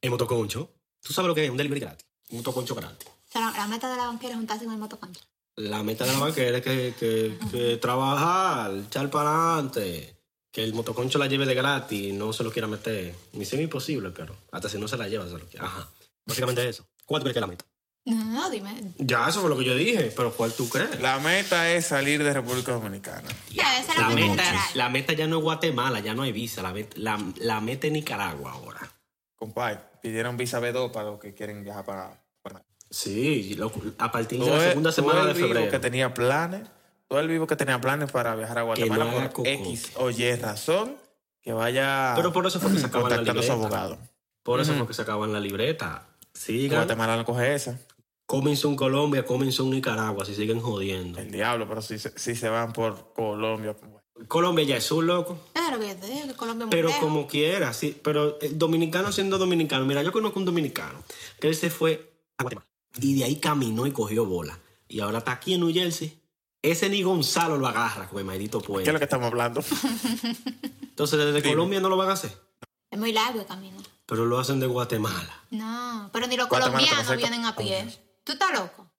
[SPEAKER 1] El motoconcho. ¿Tú sabes lo que es? Un delivery gratis. Un motoconcho gratis.
[SPEAKER 2] O sea, la, la meta de la banquera es juntarse con el motoconcho.
[SPEAKER 1] La meta de la banquera es que, que, que trabajar, echar para adelante. Que el motoconcho la lleve de gratis y no se lo quiera meter. Misión imposible, pero hasta si no se la lleva, se lo quiere. Ajá. Básicamente eso. ¿Cuál tú crees que es la meta?
[SPEAKER 2] No, no, no, dime.
[SPEAKER 1] Ya, eso fue lo que yo dije, pero ¿cuál tú crees?
[SPEAKER 3] La meta es salir de República Dominicana.
[SPEAKER 2] Ya, esa es la,
[SPEAKER 1] La
[SPEAKER 2] meta
[SPEAKER 1] meta,
[SPEAKER 2] general.
[SPEAKER 1] la meta ya no es Guatemala, ya no hay visa. La met- la- la meta, es Nicaragua ahora.
[SPEAKER 3] Compadre, pidieron visa B2 para los que quieren viajar para... para-
[SPEAKER 1] Sí, lo- a partir de
[SPEAKER 3] Todo
[SPEAKER 1] la
[SPEAKER 3] el-
[SPEAKER 1] segunda semana
[SPEAKER 3] todo
[SPEAKER 1] de
[SPEAKER 3] el vivo
[SPEAKER 1] febrero.
[SPEAKER 3] que tenía planes, todo el vivo que tenía planes para viajar a
[SPEAKER 1] no
[SPEAKER 3] Guatemala
[SPEAKER 1] haga
[SPEAKER 3] por
[SPEAKER 1] cocoque.
[SPEAKER 3] X o Y razón, que vaya
[SPEAKER 1] Pero por eso fue que se acabó la
[SPEAKER 3] contactando a su
[SPEAKER 1] libreta.
[SPEAKER 3] abogado.
[SPEAKER 1] Por eso fue que se acaban la libreta. Sigan.
[SPEAKER 3] Guatemala no coge esa.
[SPEAKER 1] Comenzó en Colombia, comenzó en Nicaragua, si siguen jodiendo.
[SPEAKER 3] El diablo, pero si, se- si se van por Colombia. pues, bueno.
[SPEAKER 1] Colombia ya es un loco.
[SPEAKER 2] Claro que yo te digo, que Colombia es muy
[SPEAKER 1] Pero
[SPEAKER 2] lejos.
[SPEAKER 1] como quiera, sí. Pero el dominicano siendo dominicano, mira, yo conozco un dominicano que él se fue a Guatemala y de ahí caminó y cogió bola. Y ahora está aquí en New Jersey. Ese ni Gonzalo lo agarra con el maldito
[SPEAKER 3] ¿Qué es lo
[SPEAKER 1] puente.
[SPEAKER 3] que estamos hablando?
[SPEAKER 1] Entonces desde
[SPEAKER 3] Dime.
[SPEAKER 1] Colombia no lo van a hacer,
[SPEAKER 2] Es muy largo el camino.
[SPEAKER 1] pero lo hacen de Guatemala.
[SPEAKER 2] No, pero ni los
[SPEAKER 3] Guatemala,
[SPEAKER 2] colombianos
[SPEAKER 3] pero cerca-
[SPEAKER 2] vienen a pie. ¿Tú estás loco?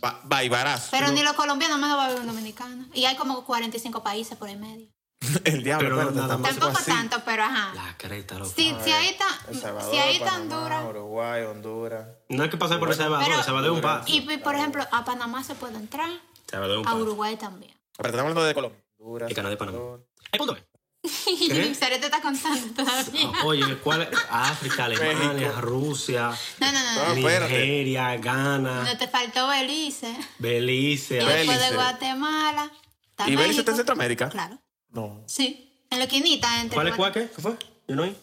[SPEAKER 3] Ba- Baibarazo.
[SPEAKER 2] Pero ni los colombianos menos va a haber un dominicano. Y hay como 45 países por el medio.
[SPEAKER 3] El diablo,
[SPEAKER 1] Pero
[SPEAKER 3] pero
[SPEAKER 1] nada
[SPEAKER 3] tampoco
[SPEAKER 1] más.
[SPEAKER 2] Tampoco
[SPEAKER 3] así.
[SPEAKER 2] tanto, pero ajá.
[SPEAKER 1] La creta, loco.
[SPEAKER 2] Si, si ahí está,
[SPEAKER 3] eh, El Salvador,
[SPEAKER 2] si ahí está
[SPEAKER 3] Panamá,
[SPEAKER 2] Honduras.
[SPEAKER 3] Uruguay, Honduras.
[SPEAKER 1] No hay que pasar por el Salvador,
[SPEAKER 2] Pero-
[SPEAKER 1] el Salvador es un par.
[SPEAKER 2] Y y, por ejemplo, a Panamá se puede entrar,
[SPEAKER 1] Salvador es un
[SPEAKER 2] a
[SPEAKER 1] par.
[SPEAKER 2] Uruguay también.
[SPEAKER 3] Pero estamos hablando de Colombia. Honduras,
[SPEAKER 1] El canal de Panamá.
[SPEAKER 3] Salvador.
[SPEAKER 1] Ay, punto.
[SPEAKER 2] Y Sarete está contando todavía.
[SPEAKER 1] Ah, Oye, ¿cuál es? África, Alemania,
[SPEAKER 3] México.
[SPEAKER 1] Rusia,
[SPEAKER 2] No, no, no. no.
[SPEAKER 3] Ah, espérate.
[SPEAKER 1] Nigeria,
[SPEAKER 3] Ah.
[SPEAKER 1] Ghana,
[SPEAKER 2] No te faltó Belice.
[SPEAKER 1] Belice.
[SPEAKER 2] Y después de
[SPEAKER 3] Belice.
[SPEAKER 2] Guatemala. está
[SPEAKER 3] ¿Y Belice está
[SPEAKER 2] México.
[SPEAKER 3] en Centroamérica?
[SPEAKER 2] Claro.
[SPEAKER 3] No.
[SPEAKER 2] Sí. En la quinita. Entre
[SPEAKER 1] ¿Cuál es cuál?
[SPEAKER 2] Guate-
[SPEAKER 1] ¿Qué ¿Qué fue? ¿Yo no oí?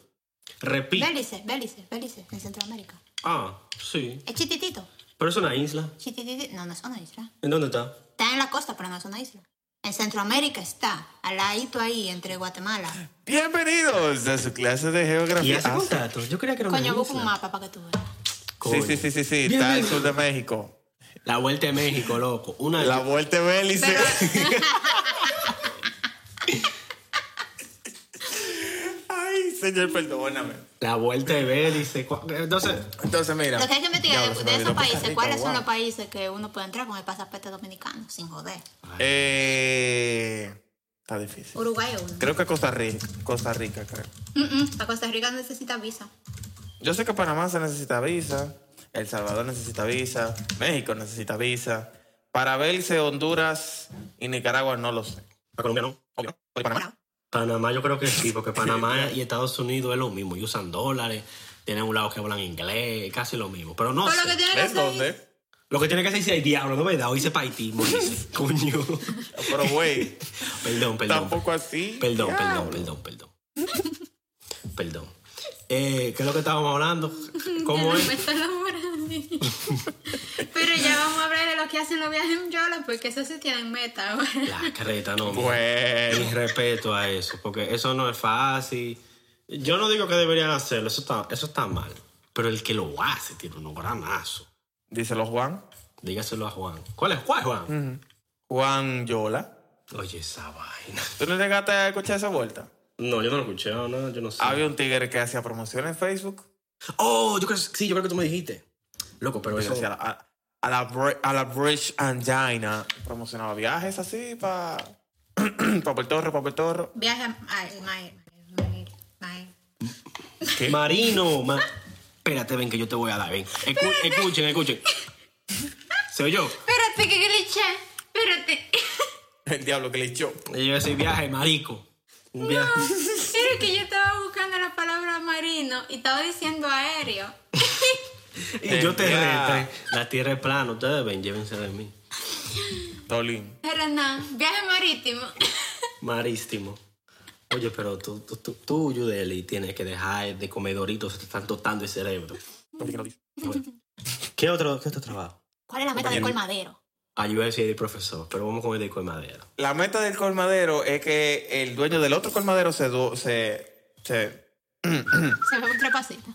[SPEAKER 1] Repito.
[SPEAKER 2] Belice, Belice, Belice, en Centroamérica.
[SPEAKER 1] Ah, sí.
[SPEAKER 2] Es chititito.
[SPEAKER 1] Pero es una isla.
[SPEAKER 2] Chititito. No, no es una isla.
[SPEAKER 1] ¿En dónde está?
[SPEAKER 2] Está en la costa, pero no es una isla. En Centroamérica está, al ladito ahí, entre Guatemala.
[SPEAKER 3] Bienvenidos a su clase de
[SPEAKER 1] ¿Y
[SPEAKER 3] geografía.
[SPEAKER 1] hace
[SPEAKER 3] Ah, sí.
[SPEAKER 1] contacto? Yo creía que era una
[SPEAKER 2] Coño, busca un
[SPEAKER 1] isla.
[SPEAKER 2] mapa para que tú veas.
[SPEAKER 1] Coño.
[SPEAKER 3] Sí, sí, sí, sí, sí.
[SPEAKER 1] Bien,
[SPEAKER 3] Está
[SPEAKER 1] bien.
[SPEAKER 3] el sur de México.
[SPEAKER 1] La vuelta de México, loco. Una
[SPEAKER 3] La vuelta de Belice. Ay, señor, perdóname.
[SPEAKER 1] La vuelta de Belice. cua- Entonces,
[SPEAKER 3] Entonces, mira.
[SPEAKER 2] Lo que hay que investigar de,
[SPEAKER 3] Diablo, se
[SPEAKER 2] de
[SPEAKER 3] me
[SPEAKER 2] esos
[SPEAKER 3] olvidó Costa
[SPEAKER 2] países,
[SPEAKER 3] Rica,
[SPEAKER 2] cuáles son
[SPEAKER 3] guau.
[SPEAKER 2] los países que uno puede entrar con el pasaporte dominicano, sin joder.
[SPEAKER 3] Eh, está difícil.
[SPEAKER 2] Uruguay es uno.
[SPEAKER 3] Creo que Costa Rica, Costa Rica, creo.
[SPEAKER 2] Mm, mm, a Costa Rica necesita visa.
[SPEAKER 3] Yo sé que Panamá se necesita visa, El Salvador necesita visa, México necesita visa. Para Belice, Honduras y Nicaragua no lo sé.
[SPEAKER 1] a Colombia no.
[SPEAKER 3] Obvio. Panamá.
[SPEAKER 2] Ahora,
[SPEAKER 1] Panamá yo creo que sí, porque Panamá y Estados Unidos es lo mismo. Y usan dólares, tienen un lado que hablan inglés, es casi lo mismo. Pero no
[SPEAKER 2] Pero
[SPEAKER 1] sé.
[SPEAKER 2] lo que tiene que
[SPEAKER 3] ¿En
[SPEAKER 2] hacer
[SPEAKER 3] dónde?
[SPEAKER 1] Lo que tiene que hacer es el diablo, ¿no? ¿Verdad? Hoy se Haití, morirse. Coño.
[SPEAKER 3] Pero, güey,
[SPEAKER 1] Perdón, perdón.
[SPEAKER 3] tampoco así.
[SPEAKER 1] Perdón,
[SPEAKER 3] Diablo.
[SPEAKER 1] perdón, perdón, perdón. Perdón. Eh, ¿Qué es lo que estábamos hablando? ¿Cómo es?
[SPEAKER 2] Pero ya vamos a hablar de lo que hacen los viajes en Yola porque eso se queda en meta ahora.
[SPEAKER 1] La creta, no. mi
[SPEAKER 3] Bueno.
[SPEAKER 1] respeto a eso, porque eso no es fácil. Yo no digo que deberían hacerlo, eso está, eso está mal. Pero el que lo hace tiene un granazo.
[SPEAKER 3] Díselo Juan.
[SPEAKER 1] Dígaselo a Juan. ¿Cuál es ¿Cuál, Juan?
[SPEAKER 3] Mm. Juan Yola.
[SPEAKER 1] Oye, esa vaina.
[SPEAKER 3] ¿Tú no llegaste a escuchar esa vuelta?
[SPEAKER 1] No, yo no lo escuché, no, yo no sé.
[SPEAKER 3] Había un tigre que hacía promoción en Facebook.
[SPEAKER 1] Oh, yo creo, sí, yo creo que tú me dijiste. Loco, pero
[SPEAKER 3] Pues
[SPEAKER 1] eso...
[SPEAKER 3] hacía a, la- a, a la, Bri- a la Bridge Angina. Promocionaba viajes así para Papel Torre, Papel Torre.
[SPEAKER 2] Viaje a ay, Mael, Mael, Mael.
[SPEAKER 1] Marino, ma- espérate, ven que yo te voy a dar, ven. Escu- escuchen, escuchen. ¿Se oyó?
[SPEAKER 2] Espérate que glitché. Espérate.
[SPEAKER 3] El diablo que le echó.
[SPEAKER 1] Yo iba a decir viaje, marico. Un viaje.
[SPEAKER 2] Pero que yo estaba buscando la palabra marino y estaba diciendo aéreo.
[SPEAKER 1] Y yo te
[SPEAKER 3] Ya.
[SPEAKER 1] reto. eh. La tierra es plana, ustedes ven, llévense de mí.
[SPEAKER 3] Tolín.
[SPEAKER 2] Hernán, viaje marítimo.
[SPEAKER 1] Marísimo. Oye, pero tú, tú, tú, tú, Yudeli, tienes que dejar de comer doritos, se te están tostando el cerebro.
[SPEAKER 3] Tolín no dice.
[SPEAKER 1] ¿Qué otro, qué otro trabajo?
[SPEAKER 2] ¿Cuál es la meta del colmadero?
[SPEAKER 1] Ah, yo iba a decir el profesor, pero vamos con el de madera.
[SPEAKER 3] La meta del colmadero es que el dueño del otro colmadero se, du- se, se,
[SPEAKER 2] Se me fue un trepacito.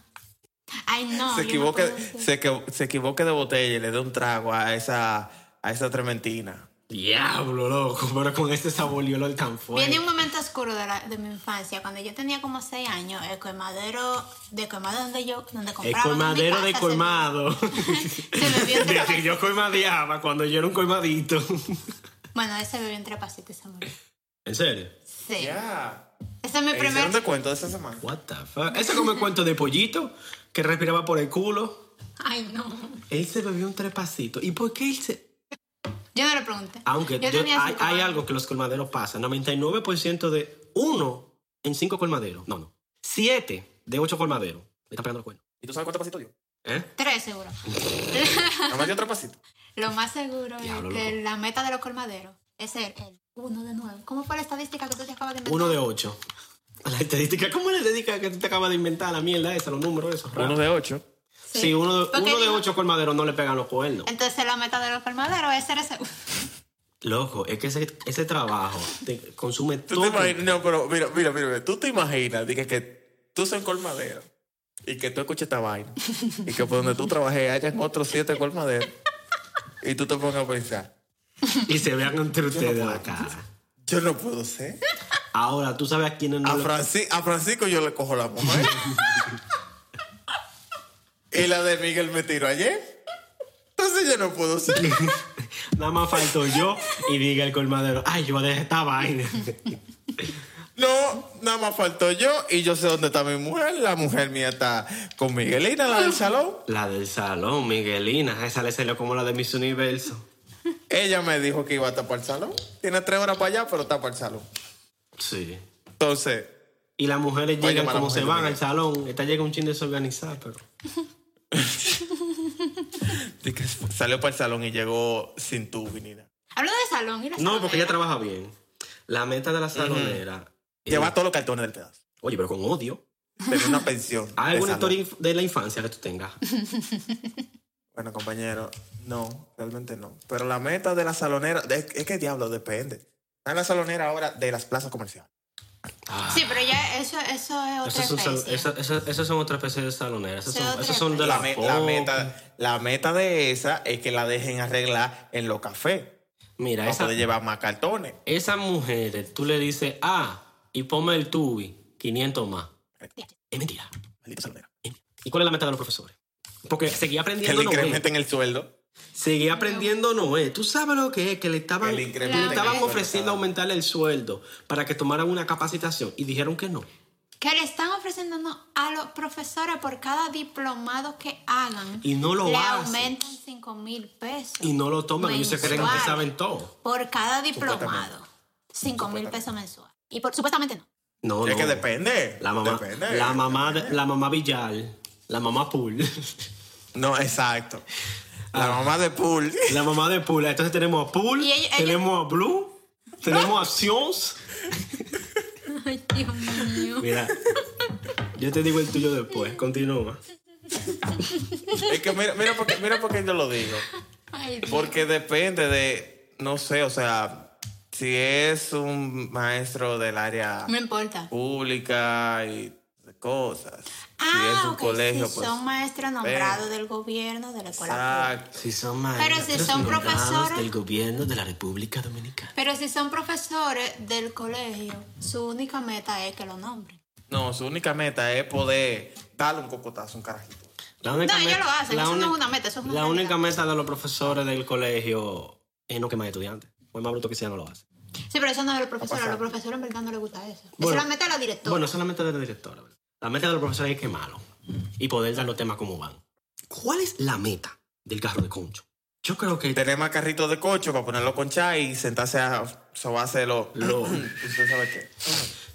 [SPEAKER 2] Ay, no.
[SPEAKER 3] se,
[SPEAKER 2] yo no
[SPEAKER 3] equivoque,
[SPEAKER 2] puedo hacer.
[SPEAKER 3] se, equi- se equivoque de botella y le dé un trago a esa, a esa trementina.
[SPEAKER 1] Diablo, loco, pero con este sabor y olor tan fuerte.
[SPEAKER 2] Viene un momento oscuro de, la- de mi infancia, cuando yo tenía como 6 años, el colmadero, de colmado donde yo, donde
[SPEAKER 1] El
[SPEAKER 2] compraba.
[SPEAKER 1] colmadero de colmado.
[SPEAKER 2] Se bebió un
[SPEAKER 1] De que
[SPEAKER 2] trepacito.
[SPEAKER 1] yo colmadeaba cuando yo era un colmadito.
[SPEAKER 2] Bueno, ese bebió un trepacito y se murió.
[SPEAKER 1] ¿En serio?
[SPEAKER 2] Sí.
[SPEAKER 3] Ya.
[SPEAKER 2] Ese es mi
[SPEAKER 3] ¿Me hicieron
[SPEAKER 2] primer.
[SPEAKER 3] de cuento de esa semana?
[SPEAKER 1] What the fuck? Eso es como el cuento de pollito que respiraba por el culo.
[SPEAKER 2] Ay, no.
[SPEAKER 1] Él se bebió un trepacito. ¿Y por qué él se...?
[SPEAKER 2] Yo no le pregunté.
[SPEAKER 1] Aunque
[SPEAKER 2] yo
[SPEAKER 1] yo-
[SPEAKER 2] tenía
[SPEAKER 1] hay,
[SPEAKER 2] cinco
[SPEAKER 1] hay
[SPEAKER 2] años.
[SPEAKER 1] algo que los colmaderos pasan. 99% de uno en cinco colmaderos. No, no. Siete de ocho colmaderos. Me está pegando el cuerno.
[SPEAKER 3] ¿Y tú sabes cuánto pasito dio?
[SPEAKER 1] ¿Eh?
[SPEAKER 2] Tres, seguro.
[SPEAKER 3] Nada más dio otro pasito.
[SPEAKER 2] Lo más seguro
[SPEAKER 1] Diablo,
[SPEAKER 2] es que
[SPEAKER 1] loco.
[SPEAKER 2] la meta de los colmaderos es ser el uno de nueve. ¿Cómo fue la estadística que tú te acabas de inventar?
[SPEAKER 1] Uno de ocho. La estadística, ¿cómo es la estadística que tú te acabas de inventar? La mierda esa, los números esos. raros?
[SPEAKER 3] Uno de ocho.
[SPEAKER 1] Sí, uno, de,
[SPEAKER 2] Porque
[SPEAKER 1] uno de
[SPEAKER 2] digo-
[SPEAKER 1] ocho colmaderos no le pegan los cuernos.
[SPEAKER 2] Entonces la meta de los colmaderos es ser ese.
[SPEAKER 1] Loco, es que ese, ese trabajo te consume
[SPEAKER 3] ¿Tú te
[SPEAKER 1] todo.
[SPEAKER 3] imaginas? No, pero mira, mira, mira, mira. Tú te imaginas dije, que tú seas un colmadero y que tú escuches esta vaina y que por donde tú trabajes hayan otros siete colmaderos y tú te pongas a pensar,
[SPEAKER 1] Y se vean entre ustedes la cara.
[SPEAKER 3] yo no puedo ser.
[SPEAKER 1] Ahora, tú sabes a quiénes no
[SPEAKER 3] A,
[SPEAKER 1] le-
[SPEAKER 3] Franci- a Francisco yo le cojo la mujer. y la de Miguel me tiró ayer. Entonces yo no puedo ser.
[SPEAKER 1] Nada más falto yo y diga el colmadero, ay, yo dejé esta vaina.
[SPEAKER 3] No, nada más faltó yo y yo sé dónde está mi mujer. La mujer mía está con Miguelina, la del salón.
[SPEAKER 1] La del salón, Miguelina, esa le salió como la de Miss Universo.
[SPEAKER 3] Ella me dijo que iba a estar para el salón. Tiene tres horas para allá, pero está para el salón.
[SPEAKER 1] Sí.
[SPEAKER 3] Entonces,
[SPEAKER 1] Y las mujeres
[SPEAKER 3] Oye,
[SPEAKER 1] llegan
[SPEAKER 3] mala
[SPEAKER 1] como
[SPEAKER 3] mujer
[SPEAKER 1] se
[SPEAKER 3] de
[SPEAKER 1] van al
[SPEAKER 3] Miguel.
[SPEAKER 1] salón. Esta llega un chin desorganizada, pero...
[SPEAKER 3] di que salió para el salón y llegó sin tu vinida.
[SPEAKER 2] Hablo de salón y la
[SPEAKER 1] No, porque ella
[SPEAKER 2] salonera.
[SPEAKER 1] trabaja bien. La meta de la salonera... es-
[SPEAKER 3] Lleva todos los cartones del pedazo.
[SPEAKER 1] Oye, pero con odio.
[SPEAKER 3] Tenía Ah, una pensión.
[SPEAKER 1] ¿Hay
[SPEAKER 3] de
[SPEAKER 1] alguna
[SPEAKER 3] salón.
[SPEAKER 1] historia inf- de la infancia que tú tengas?
[SPEAKER 3] Bueno, compañero, no, realmente no. Pero la meta de la salonera, es, es que diablo, depende. Está en la salonera ahora de las plazas comerciales.
[SPEAKER 2] Sí, pero ya eso, eso es otra
[SPEAKER 1] Esas son, sal-
[SPEAKER 2] especie.
[SPEAKER 1] esa- esa- esas son otra especie de saloneras. Esas
[SPEAKER 2] Son
[SPEAKER 1] son,
[SPEAKER 2] otra
[SPEAKER 1] esas son de la,
[SPEAKER 2] especie.
[SPEAKER 3] La, me- la
[SPEAKER 1] pop.
[SPEAKER 3] meta, la meta de esa es que la dejen arreglar en los cafés.
[SPEAKER 1] Mira,
[SPEAKER 3] Para
[SPEAKER 1] esa,
[SPEAKER 3] poder llevar más cartones.
[SPEAKER 1] esas mujeres, tú le dices, ah, y ponme el tubi, 500 más. Es mentira.
[SPEAKER 3] Maldita salonera.
[SPEAKER 1] ¿Y cuál es la meta de los profesores? Porque seguía
[SPEAKER 3] Que le
[SPEAKER 1] aprendiendo Noé.
[SPEAKER 3] incrementen el sueldo.
[SPEAKER 1] Seguía aprendiendo Noé. ¿Tú sabes lo que es? Que le estaban,
[SPEAKER 3] Que le
[SPEAKER 1] le
[SPEAKER 3] incrementen
[SPEAKER 2] el
[SPEAKER 1] estaban
[SPEAKER 2] sueldo.
[SPEAKER 1] ofreciendo aumentarle el sueldo para que tomaran una capacitación y dijeron que no.
[SPEAKER 2] Que le están ofreciendo no, a los profesores por cada diplomado que hagan.
[SPEAKER 1] Y no lo
[SPEAKER 2] Le
[SPEAKER 1] hacen.
[SPEAKER 2] aumentan 5 mil pesos.
[SPEAKER 1] Y no lo toman. Ellos se creen que
[SPEAKER 2] Mensual.
[SPEAKER 1] saben todo.
[SPEAKER 2] Por cada diplomado. 5 mil pesos mensual. Y por, supuestamente no.
[SPEAKER 1] No,
[SPEAKER 3] es
[SPEAKER 1] no.
[SPEAKER 3] que depende.
[SPEAKER 1] La mamá,
[SPEAKER 3] Depende.
[SPEAKER 1] la mamá, de- la mamá Villal, la mamá Pool,
[SPEAKER 3] No, exacto.
[SPEAKER 1] Ah.
[SPEAKER 3] La mamá de Pool.
[SPEAKER 1] la mamá de Pool. Entonces tenemos a Pool,
[SPEAKER 2] Y ella- ella-
[SPEAKER 1] tenemos a Blue, tenemos a Sions.
[SPEAKER 2] Ay, Dios mío.
[SPEAKER 1] Mira, yo te digo el tuyo después. Continúa.
[SPEAKER 3] Es que mira, mira, por qué, mira por qué yo lo digo.
[SPEAKER 2] Ay, Dios.
[SPEAKER 3] Porque depende de, no sé, o sea, si es un maestro del área
[SPEAKER 2] No importa.
[SPEAKER 3] pública y de cosas.
[SPEAKER 2] ah,
[SPEAKER 3] si es un
[SPEAKER 2] ok,
[SPEAKER 3] colegio,
[SPEAKER 2] si
[SPEAKER 3] pues.
[SPEAKER 2] son maestros nombrados del gobierno, de la escuela pública.
[SPEAKER 3] Exacto.
[SPEAKER 1] Si son
[SPEAKER 2] Pero si
[SPEAKER 1] maestros
[SPEAKER 2] son
[SPEAKER 1] nombrados
[SPEAKER 2] profesores-
[SPEAKER 1] del gobierno de la República Dominicana.
[SPEAKER 2] Pero si son profesores del colegio, su única meta es que lo nombren.
[SPEAKER 3] No, su única meta es poder darle un cocotazo, un carajito.
[SPEAKER 1] La única
[SPEAKER 2] No, ellos
[SPEAKER 1] meta-
[SPEAKER 2] lo hacen,
[SPEAKER 1] la
[SPEAKER 2] eso no es
[SPEAKER 1] uni-
[SPEAKER 2] una meta, eso es una
[SPEAKER 1] La
[SPEAKER 2] realidad.
[SPEAKER 1] única meta de los profesores del colegio es no quemar estudiantes. Por más bruto que sea, no lo hace.
[SPEAKER 2] Sí, pero eso no es de los profesores. A los
[SPEAKER 3] pasar.
[SPEAKER 2] profesores en verdad no les gusta eso. Esa
[SPEAKER 1] Bueno,
[SPEAKER 2] es la meta de los directores.
[SPEAKER 1] Bueno, esa es la meta de la directora. ¿verdad? La meta de los profesores es quemarlo y poder dar los temas como van. ¿Cuál es la meta del carro de concho? Yo creo que
[SPEAKER 3] Tener más carritos de cocho para ponerlo con chai y sentarse a sobarse lo.
[SPEAKER 1] Lo-
[SPEAKER 3] Usted sabe qué.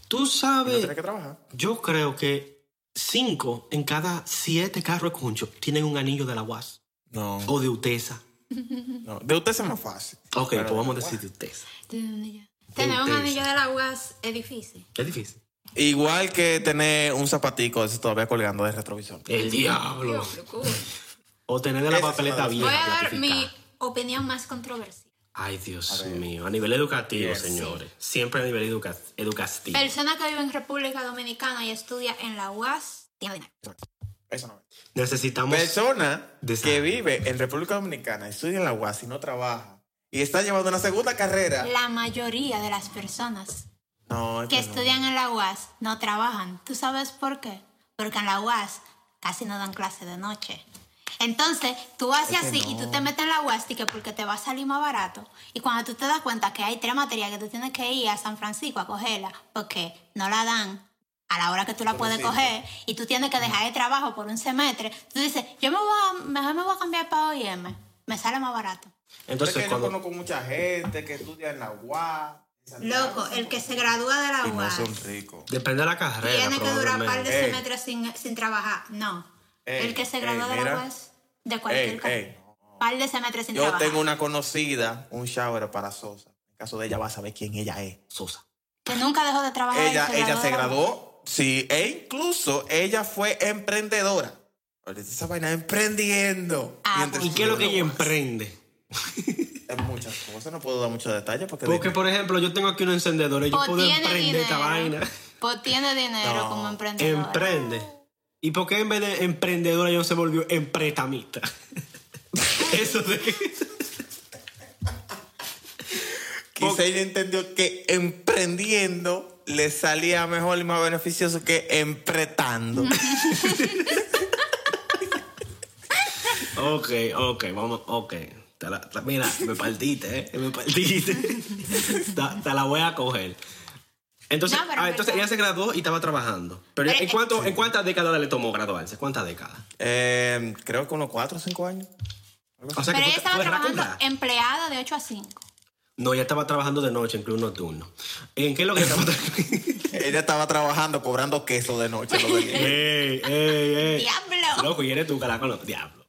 [SPEAKER 1] tú
[SPEAKER 3] No
[SPEAKER 1] sabes
[SPEAKER 3] tiene que trabajar.
[SPEAKER 1] Yo creo que cinco en cada siete carros de concho tienen un anillo de la UAS
[SPEAKER 3] No.
[SPEAKER 1] o de UTESA.
[SPEAKER 3] no. De usted es más fácil.
[SPEAKER 1] Ok,
[SPEAKER 3] Pero-
[SPEAKER 1] pues vamos a decir de UTESA.
[SPEAKER 2] Tener un anillo. Tener un
[SPEAKER 1] Intenso.
[SPEAKER 2] anillo de la UAS es difícil.
[SPEAKER 1] Es difícil.
[SPEAKER 3] Igual que tener un zapatico ese todavía colgando del retrovisor.
[SPEAKER 1] El diablo.
[SPEAKER 2] Dios, locura.
[SPEAKER 1] O tener de la
[SPEAKER 3] Esa es
[SPEAKER 1] papeleta
[SPEAKER 3] una
[SPEAKER 1] vieja.
[SPEAKER 2] Voy a dar mi
[SPEAKER 1] plastificada.
[SPEAKER 2] opinión más controversial.
[SPEAKER 1] Ay, Dios mío. A nivel educativo,
[SPEAKER 3] Yes.
[SPEAKER 1] señores. Siempre a nivel educa- educativo.
[SPEAKER 2] Persona que vive en República Dominicana y estudia en la UAS tiene dinero.
[SPEAKER 3] Eso no es.
[SPEAKER 1] Necesitamos.
[SPEAKER 3] Persona
[SPEAKER 1] Desastre.
[SPEAKER 3] que vive en República Dominicana, estudia en la UAS y no trabaja. Y está llevando una segunda carrera.
[SPEAKER 2] La mayoría de las personas
[SPEAKER 3] No, es
[SPEAKER 2] que
[SPEAKER 3] no.
[SPEAKER 2] estudian en la UAS no trabajan. ¿Tú sabes por qué? Porque en la UAS casi no dan clase de noche. Entonces, tú haces así y tú te metes en la UAS y que porque te va a salir más barato. Y cuando tú te das cuenta que hay tres materias que tú tienes que ir a San Francisco a cogerla porque no la dan a la hora que tú la puedes coger y tú tienes que dejar el trabajo por un semestre, tú dices, yo me voy a, mejor me voy a cambiar para OIM. Me sale más barato.
[SPEAKER 3] Pero es
[SPEAKER 1] Entonces,
[SPEAKER 3] que
[SPEAKER 1] cuando.
[SPEAKER 3] yo conozco mucha gente que estudia en la UAS. en Santiago,
[SPEAKER 2] Loco, el que se gradúa de la
[SPEAKER 3] Y no
[SPEAKER 2] UAS.
[SPEAKER 3] son ricos.
[SPEAKER 1] Depende de la carrera.
[SPEAKER 2] Tiene que durar un par de
[SPEAKER 1] probablemente.
[SPEAKER 3] Ey.
[SPEAKER 2] semestres sin, sin trabajar. No.
[SPEAKER 3] Ey,
[SPEAKER 2] el que se
[SPEAKER 3] ey,
[SPEAKER 2] graduó de la
[SPEAKER 3] mira.
[SPEAKER 2] UAS, de cualquier
[SPEAKER 3] Ey,
[SPEAKER 2] carrera.
[SPEAKER 3] ey.
[SPEAKER 2] Par de semestres sin
[SPEAKER 3] Yo
[SPEAKER 2] trabajar.
[SPEAKER 3] tengo una conocida, un shower para Sosa. En caso de ella, va a saber quién ella es.
[SPEAKER 1] Sosa.
[SPEAKER 2] Que nunca dejó de trabajar. y
[SPEAKER 3] ella, ella se
[SPEAKER 2] de la UAS.
[SPEAKER 3] graduó, sí, e incluso ella fue emprendedora. Ahorita esa vaina emprendiendo.
[SPEAKER 2] Ah,
[SPEAKER 3] Mientras
[SPEAKER 1] ¿Y qué es lo que ella
[SPEAKER 3] estudiaba.
[SPEAKER 1] emprende?
[SPEAKER 3] En muchas cosas, no puedo dar muchos detalles porque...
[SPEAKER 1] Porque, por ejemplo, yo tengo aquí un encendedor y yo
[SPEAKER 2] Po
[SPEAKER 1] puedo
[SPEAKER 2] Pues tiene
[SPEAKER 1] emprender
[SPEAKER 2] dinero.
[SPEAKER 1] esta vaina.
[SPEAKER 2] Po tiene dinero
[SPEAKER 3] No.
[SPEAKER 2] como emprendedor.
[SPEAKER 1] Emprende. ¿Y por qué en vez de emprendedora yo se volvió empretamita? Eso de
[SPEAKER 3] Quizá ella entendió que emprendiendo le salía mejor y más beneficioso que empretando.
[SPEAKER 1] Ok, ok, vamos, ok. Te la- te- mira, me partiste, ¿eh? Me partiste. te, te la voy a coger. Entonces,
[SPEAKER 2] No, pero
[SPEAKER 1] ah, entonces
[SPEAKER 2] perdón.
[SPEAKER 1] ella se graduó y estaba trabajando. Pero
[SPEAKER 2] Pero,
[SPEAKER 1] ¿en,
[SPEAKER 2] eh,
[SPEAKER 1] cuánto, ¿en cuántas décadas le tomó graduarse? ¿Cuántas décadas?
[SPEAKER 3] Eh, creo que unos cuatro o cinco años.
[SPEAKER 1] O sea
[SPEAKER 2] Pero ella
[SPEAKER 1] tú- tú
[SPEAKER 2] estaba
[SPEAKER 1] eras
[SPEAKER 2] trabajando
[SPEAKER 1] comprada.
[SPEAKER 2] empleada de 8 a 5.
[SPEAKER 1] No, ella estaba trabajando de noche, en club nocturno. ¿En qué es lo que estaba trabajando?
[SPEAKER 3] Ella estaba trabajando, cobrando queso de noche. lo venía.
[SPEAKER 1] ¡Ey, ey, ey!
[SPEAKER 2] Diablo.
[SPEAKER 1] Loco, y eres tú, carajo, no, diablo.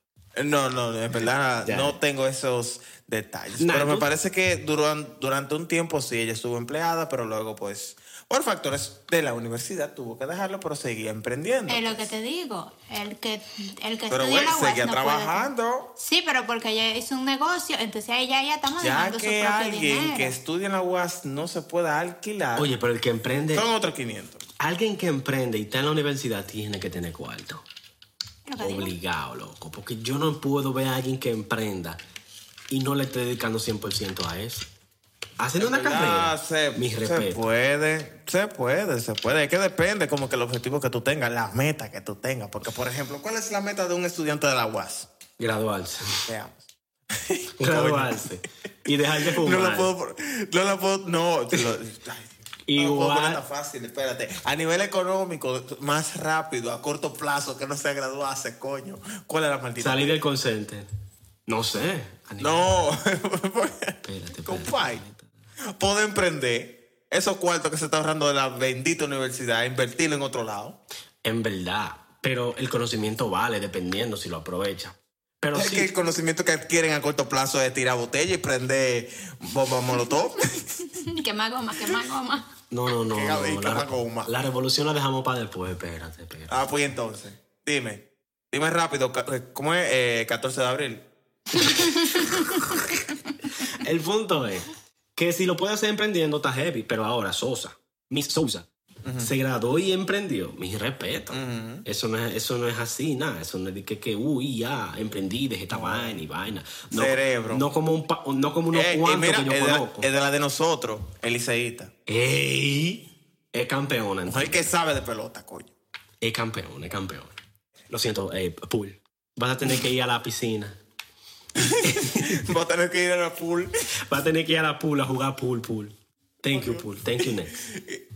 [SPEAKER 3] No, no, en verdad
[SPEAKER 1] Ya.
[SPEAKER 3] no tengo esos detalles.
[SPEAKER 1] Nah,
[SPEAKER 3] pero me
[SPEAKER 1] tú-
[SPEAKER 3] parece que duran- durante un tiempo sí ella estuvo empleada, pero luego pues por factores de la universidad tuvo que dejarlo, pero seguía emprendiendo.
[SPEAKER 2] Es lo que te digo. El que, el que estudia
[SPEAKER 3] pero
[SPEAKER 2] en
[SPEAKER 3] bueno,
[SPEAKER 2] la UAS
[SPEAKER 3] seguía
[SPEAKER 2] no puede-
[SPEAKER 3] trabajando.
[SPEAKER 2] Sí, pero porque ella hizo un negocio, entonces ella ya está
[SPEAKER 3] Ya
[SPEAKER 2] manejando su
[SPEAKER 3] que
[SPEAKER 2] propio
[SPEAKER 3] alguien
[SPEAKER 2] dinero.
[SPEAKER 3] que estudia en la UAS no se pueda alquilar,
[SPEAKER 1] Oye, pero el que emprende,
[SPEAKER 3] son otros 500.
[SPEAKER 1] alguien que emprende y está en la universidad tiene que tener cuarto.
[SPEAKER 2] Es lo que digo.
[SPEAKER 1] Obligado, loco. Porque yo no puedo ver a alguien que emprenda y no le esté dedicando 100% a eso. Haciendo una
[SPEAKER 3] Ah,
[SPEAKER 1] carrera.
[SPEAKER 3] se,
[SPEAKER 1] mi
[SPEAKER 3] se
[SPEAKER 1] respeto.
[SPEAKER 3] puede, se puede, se puede. Es que depende como que el objetivo que tú tengas, la meta que tú tengas. Porque, por ejemplo, ¿cuál es la meta de un estudiante de la UAS?
[SPEAKER 1] Graduarse.
[SPEAKER 3] Veamos.
[SPEAKER 1] Graduarse. y dejar de fumar.
[SPEAKER 3] No la puedo. por- No la puedo. No. te lo- ay, No la puedo poner tan
[SPEAKER 1] Igual.
[SPEAKER 3] fácil, espérate. A nivel económico, más rápido, a corto plazo, que no sea graduarse, coño. ¿Cuál es la maldita?
[SPEAKER 1] Salir del consente. No sé.
[SPEAKER 3] No.
[SPEAKER 1] Espérate, espérate,
[SPEAKER 3] Compay.
[SPEAKER 1] espérate.
[SPEAKER 3] Puedo emprender esos cuartos que se está ahorrando de la bendita universidad, e invertirlo en otro lado.
[SPEAKER 1] En verdad. Pero el conocimiento vale dependiendo si lo aprovecha. Pero
[SPEAKER 3] Es
[SPEAKER 1] sí.
[SPEAKER 3] que el conocimiento que adquieren a corto plazo es tirar botella y prender bomba molotov.
[SPEAKER 2] Que más goma, que más goma.
[SPEAKER 1] No, no, no.
[SPEAKER 3] Que
[SPEAKER 1] no,
[SPEAKER 3] Gaby, que
[SPEAKER 1] la,
[SPEAKER 3] Macoma.
[SPEAKER 1] la revolución la dejamos para después. Espérate, espérate.
[SPEAKER 3] ah, pues entonces, dime. Dime rápido, ca- ¿cómo es? Eh, 14 Eh, de abril.
[SPEAKER 1] El punto es que si lo puede hacer emprendiendo, está heavy. Pero ahora, Sosa, Miss Sousa, se graduó y emprendió. Mi respeto.
[SPEAKER 4] Ujú.
[SPEAKER 1] eso, no es, eso no es así, nada. Eso no es de que, que uy, ya, emprendí, dejé esta vaina y vaina. No,
[SPEAKER 3] Cerebro.
[SPEAKER 1] No como, un pa- no como unos
[SPEAKER 3] Eh, eh,
[SPEAKER 1] cuantos
[SPEAKER 3] mira,
[SPEAKER 1] que yo
[SPEAKER 3] es de, la,
[SPEAKER 1] conozco.
[SPEAKER 3] es de la de nosotros, el liceísta.
[SPEAKER 1] ¡Ey! Es campeona, entonces.
[SPEAKER 3] Mujer que sabe de pelota, coño.
[SPEAKER 1] Es campeón, es campeón. Lo siento, eh, Pool. Vas a tener que ir a la piscina.
[SPEAKER 3] Va a tener que ir a la pool
[SPEAKER 1] Vas a tener que ir a la pool a jugar pool, pool. Thank you, pool. Thank you, next.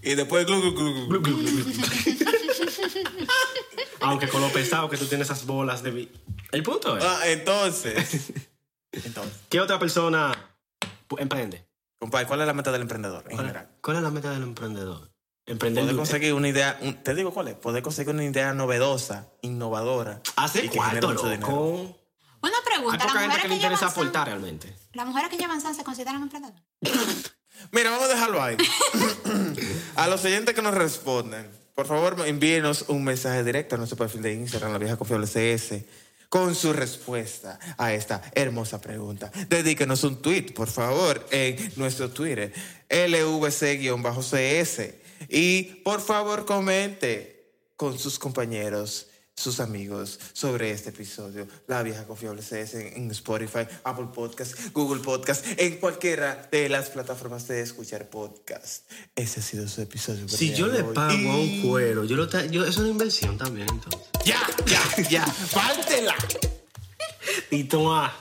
[SPEAKER 3] y, y después glu, glu, glu, glu.
[SPEAKER 1] Glu, glu, glu, glu. Aunque con lo pesado que tú tienes esas bolas de... vi- El punto es,
[SPEAKER 3] Ah, entonces. entonces,
[SPEAKER 1] ¿qué otra persona pu- emprende?
[SPEAKER 3] compadre, ¿cuál es la meta del emprendedor en general?
[SPEAKER 1] ¿Cuál es la meta del emprendedor? Emprender...
[SPEAKER 3] Poder conseguir una idea, un- te digo cuál es, poder conseguir una idea novedosa, innovadora.
[SPEAKER 1] Hace
[SPEAKER 3] y que genere
[SPEAKER 1] cuarto,
[SPEAKER 3] mucho dinero.
[SPEAKER 1] ¿Ah, loco.
[SPEAKER 2] Una
[SPEAKER 1] Hay
[SPEAKER 2] pregunta, las
[SPEAKER 1] poca gente que
[SPEAKER 2] mujeres
[SPEAKER 1] le
[SPEAKER 2] que, llevan
[SPEAKER 1] interesa
[SPEAKER 2] san,
[SPEAKER 1] aportar realmente.
[SPEAKER 2] las mujeres que llevan san se consideran emprendedoras.
[SPEAKER 3] Mira, vamos a dejarlo ahí. a los oyentes que nos responden, por favor, envíenos un mensaje directo a nuestro perfil de Instagram, la vieja confiable CS, con su respuesta a esta hermosa pregunta. Dedíquenos un tweet, por favor, en nuestro Twitter, LVC-CS. Y por favor, comente con sus compañeros, sus amigos, sobre este episodio. La vieja confiable CS en, en Spotify, Apple Podcast, Google Podcast, en cualquiera de las plataformas de escuchar podcast. Ese ha sido su episodio. por
[SPEAKER 1] Si
[SPEAKER 3] el
[SPEAKER 1] yo
[SPEAKER 3] día
[SPEAKER 1] le
[SPEAKER 3] de hoy.
[SPEAKER 1] pago a un
[SPEAKER 3] Y-
[SPEAKER 1] cuero, yo lo tra- yo, es una inversión también, entonces.
[SPEAKER 3] Ya, ya, ya. Pártela.
[SPEAKER 1] Y ah, toma...